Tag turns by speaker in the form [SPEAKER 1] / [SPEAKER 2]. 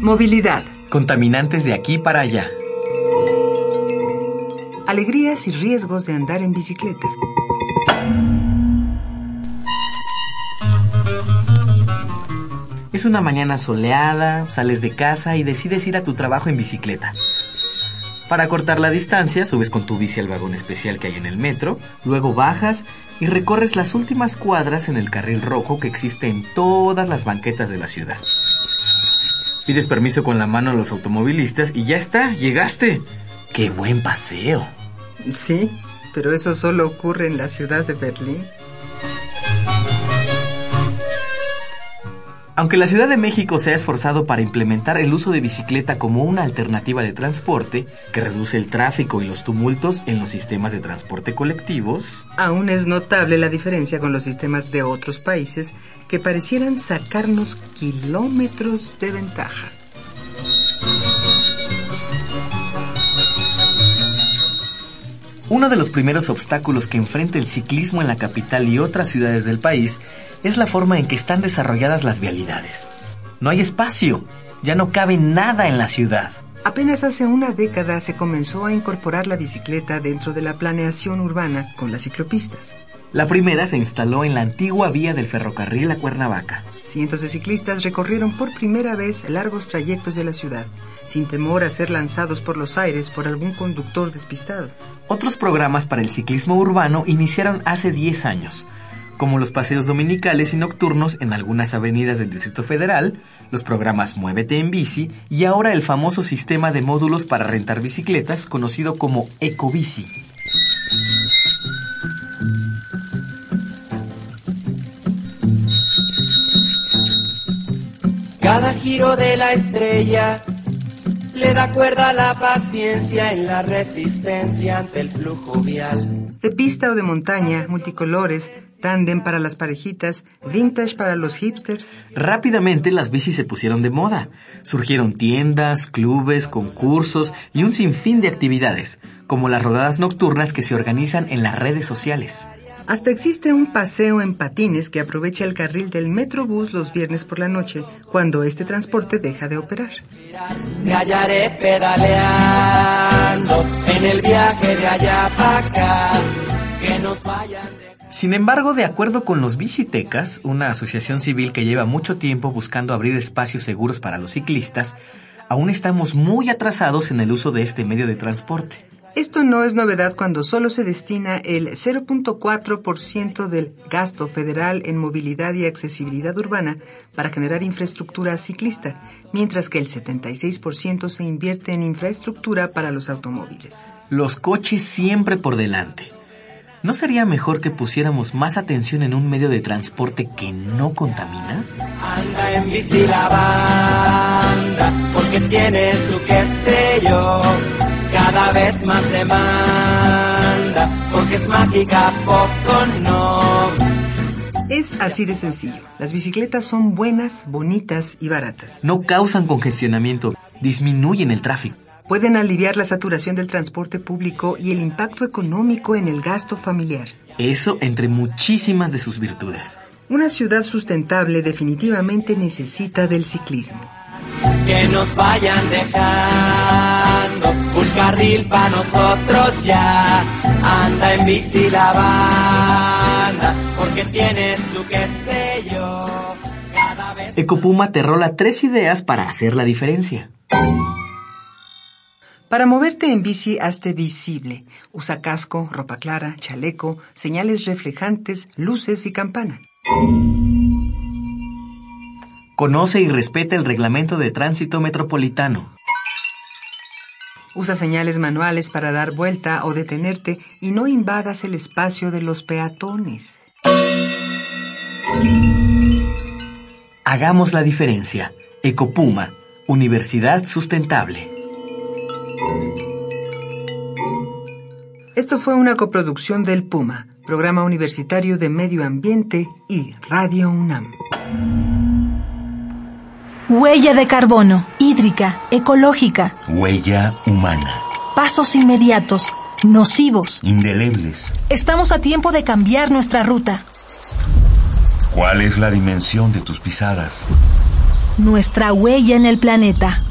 [SPEAKER 1] Movilidad.
[SPEAKER 2] Contaminantes de aquí para allá.
[SPEAKER 1] Alegrías y riesgos de andar en bicicleta.
[SPEAKER 2] Es una mañana soleada, sales de casa y decides ir a tu trabajo en bicicleta. Para cortar la distancia, subes con tu bici al vagón especial que hay en el metro, luego bajas y recorres las últimas cuadras en el carril rojo que existe en todas las banquetas de la ciudad. Pides permiso con la mano a los automovilistas y ya está, llegaste. ¡Qué buen paseo!
[SPEAKER 1] Sí, pero eso solo ocurre en la ciudad de Berlín.
[SPEAKER 2] Aunque la Ciudad de México se ha esforzado para implementar el uso de bicicleta como una alternativa de transporte que reduce el tráfico y los tumultos en los sistemas de transporte colectivos,
[SPEAKER 1] Aún es notable la diferencia con los sistemas de otros países que parecieran sacarnos kilómetros de ventaja.
[SPEAKER 2] uno de los primeros obstáculos que enfrenta el ciclismo en la capital y otras ciudades del país es la forma en que están desarrolladas las vialidades. No hay espacio, ya no cabe nada en la ciudad.
[SPEAKER 1] Apenas hace una década se comenzó a incorporar la bicicleta dentro de la planeación urbana con las ciclopistas.
[SPEAKER 2] La primera se instaló en la antigua vía del ferrocarril a Cuernavaca.
[SPEAKER 1] Cientos de ciclistas recorrieron por primera vez largos trayectos de la ciudad, sin temor a ser lanzados por los aires por algún conductor despistado.
[SPEAKER 2] Otros programas para el ciclismo urbano iniciaron hace 10 años, como los paseos dominicales y nocturnos en algunas avenidas del Distrito Federal, los programas Muévete en bici y ahora el famoso sistema de módulos para rentar bicicletas conocido como Ecobici.
[SPEAKER 3] Cada giro de la estrella le da cuerda a la paciencia en la resistencia ante el flujo vial.
[SPEAKER 1] De pista o de montaña, multicolores, tándem para las parejitas, vintage para los hipsters.
[SPEAKER 2] Rápidamente las bicis se pusieron de moda. Surgieron tiendas, clubes, concursos y un sinfín de actividades, como las rodadas nocturnas que se organizan en las redes sociales.
[SPEAKER 1] Hasta existe un paseo en patines que aprovecha el carril del Metrobús los viernes por la noche, cuando este transporte deja de operar.
[SPEAKER 3] Me hallaré pedaleando en el viaje de allá para acá. Que nos vayan de...
[SPEAKER 2] Sin embargo, de acuerdo con los Bicitecas, una asociación civil que lleva mucho tiempo buscando abrir espacios seguros para los ciclistas, aún estamos muy atrasados en el uso de este medio de transporte.
[SPEAKER 1] Esto no es novedad cuando solo se destina el 0.4% del gasto federal en movilidad y accesibilidad urbana para generar infraestructura ciclista, mientras que el 76% se invierte en infraestructura para los automóviles.
[SPEAKER 2] Los coches siempre por delante. ¿No sería mejor que pusiéramos más atención en un medio de transporte que no contamina?
[SPEAKER 3] Anda en bici la banda, porque tiene su qué sé yo. Cada vez más demanda, porque es mágica, poco no.
[SPEAKER 1] Es así de sencillo. Las bicicletas son buenas, bonitas y baratas.
[SPEAKER 2] No causan congestionamiento, disminuyen el tráfico.
[SPEAKER 1] Pueden aliviar la saturación del transporte público y el impacto económico en el gasto familiar.
[SPEAKER 2] Eso entre muchísimas de sus virtudes.
[SPEAKER 1] Una ciudad sustentable definitivamente necesita del ciclismo.
[SPEAKER 3] Que nos vayan dejando un carril para nosotros ya. Anda en bici la banda, porque tiene su qué sé yo. Cada vez
[SPEAKER 2] Ecopuma te rola tres ideas para hacer la diferencia.
[SPEAKER 1] Para moverte en bici, hazte visible. Usa casco, ropa clara, chaleco, señales reflejantes, luces y campana.
[SPEAKER 2] Conoce y respeta el reglamento de tránsito metropolitano.
[SPEAKER 1] Usa señales manuales para dar vuelta o detenerte y no invadas el espacio de los peatones.
[SPEAKER 2] Hagamos la diferencia. Ecopuma, Universidad Sustentable.
[SPEAKER 1] Esto fue una coproducción del Puma, Programa Universitario de Medio Ambiente y Radio UNAM.
[SPEAKER 4] Huella de carbono, hídrica, ecológica,
[SPEAKER 5] Huella humana.
[SPEAKER 4] pasos inmediatos, nocivos.
[SPEAKER 5] Indelebles.
[SPEAKER 4] Estamos a tiempo de cambiar nuestra ruta,
[SPEAKER 5] ¿Cuál es la dimensión de tus pisadas?
[SPEAKER 4] nuestra huella en el planeta.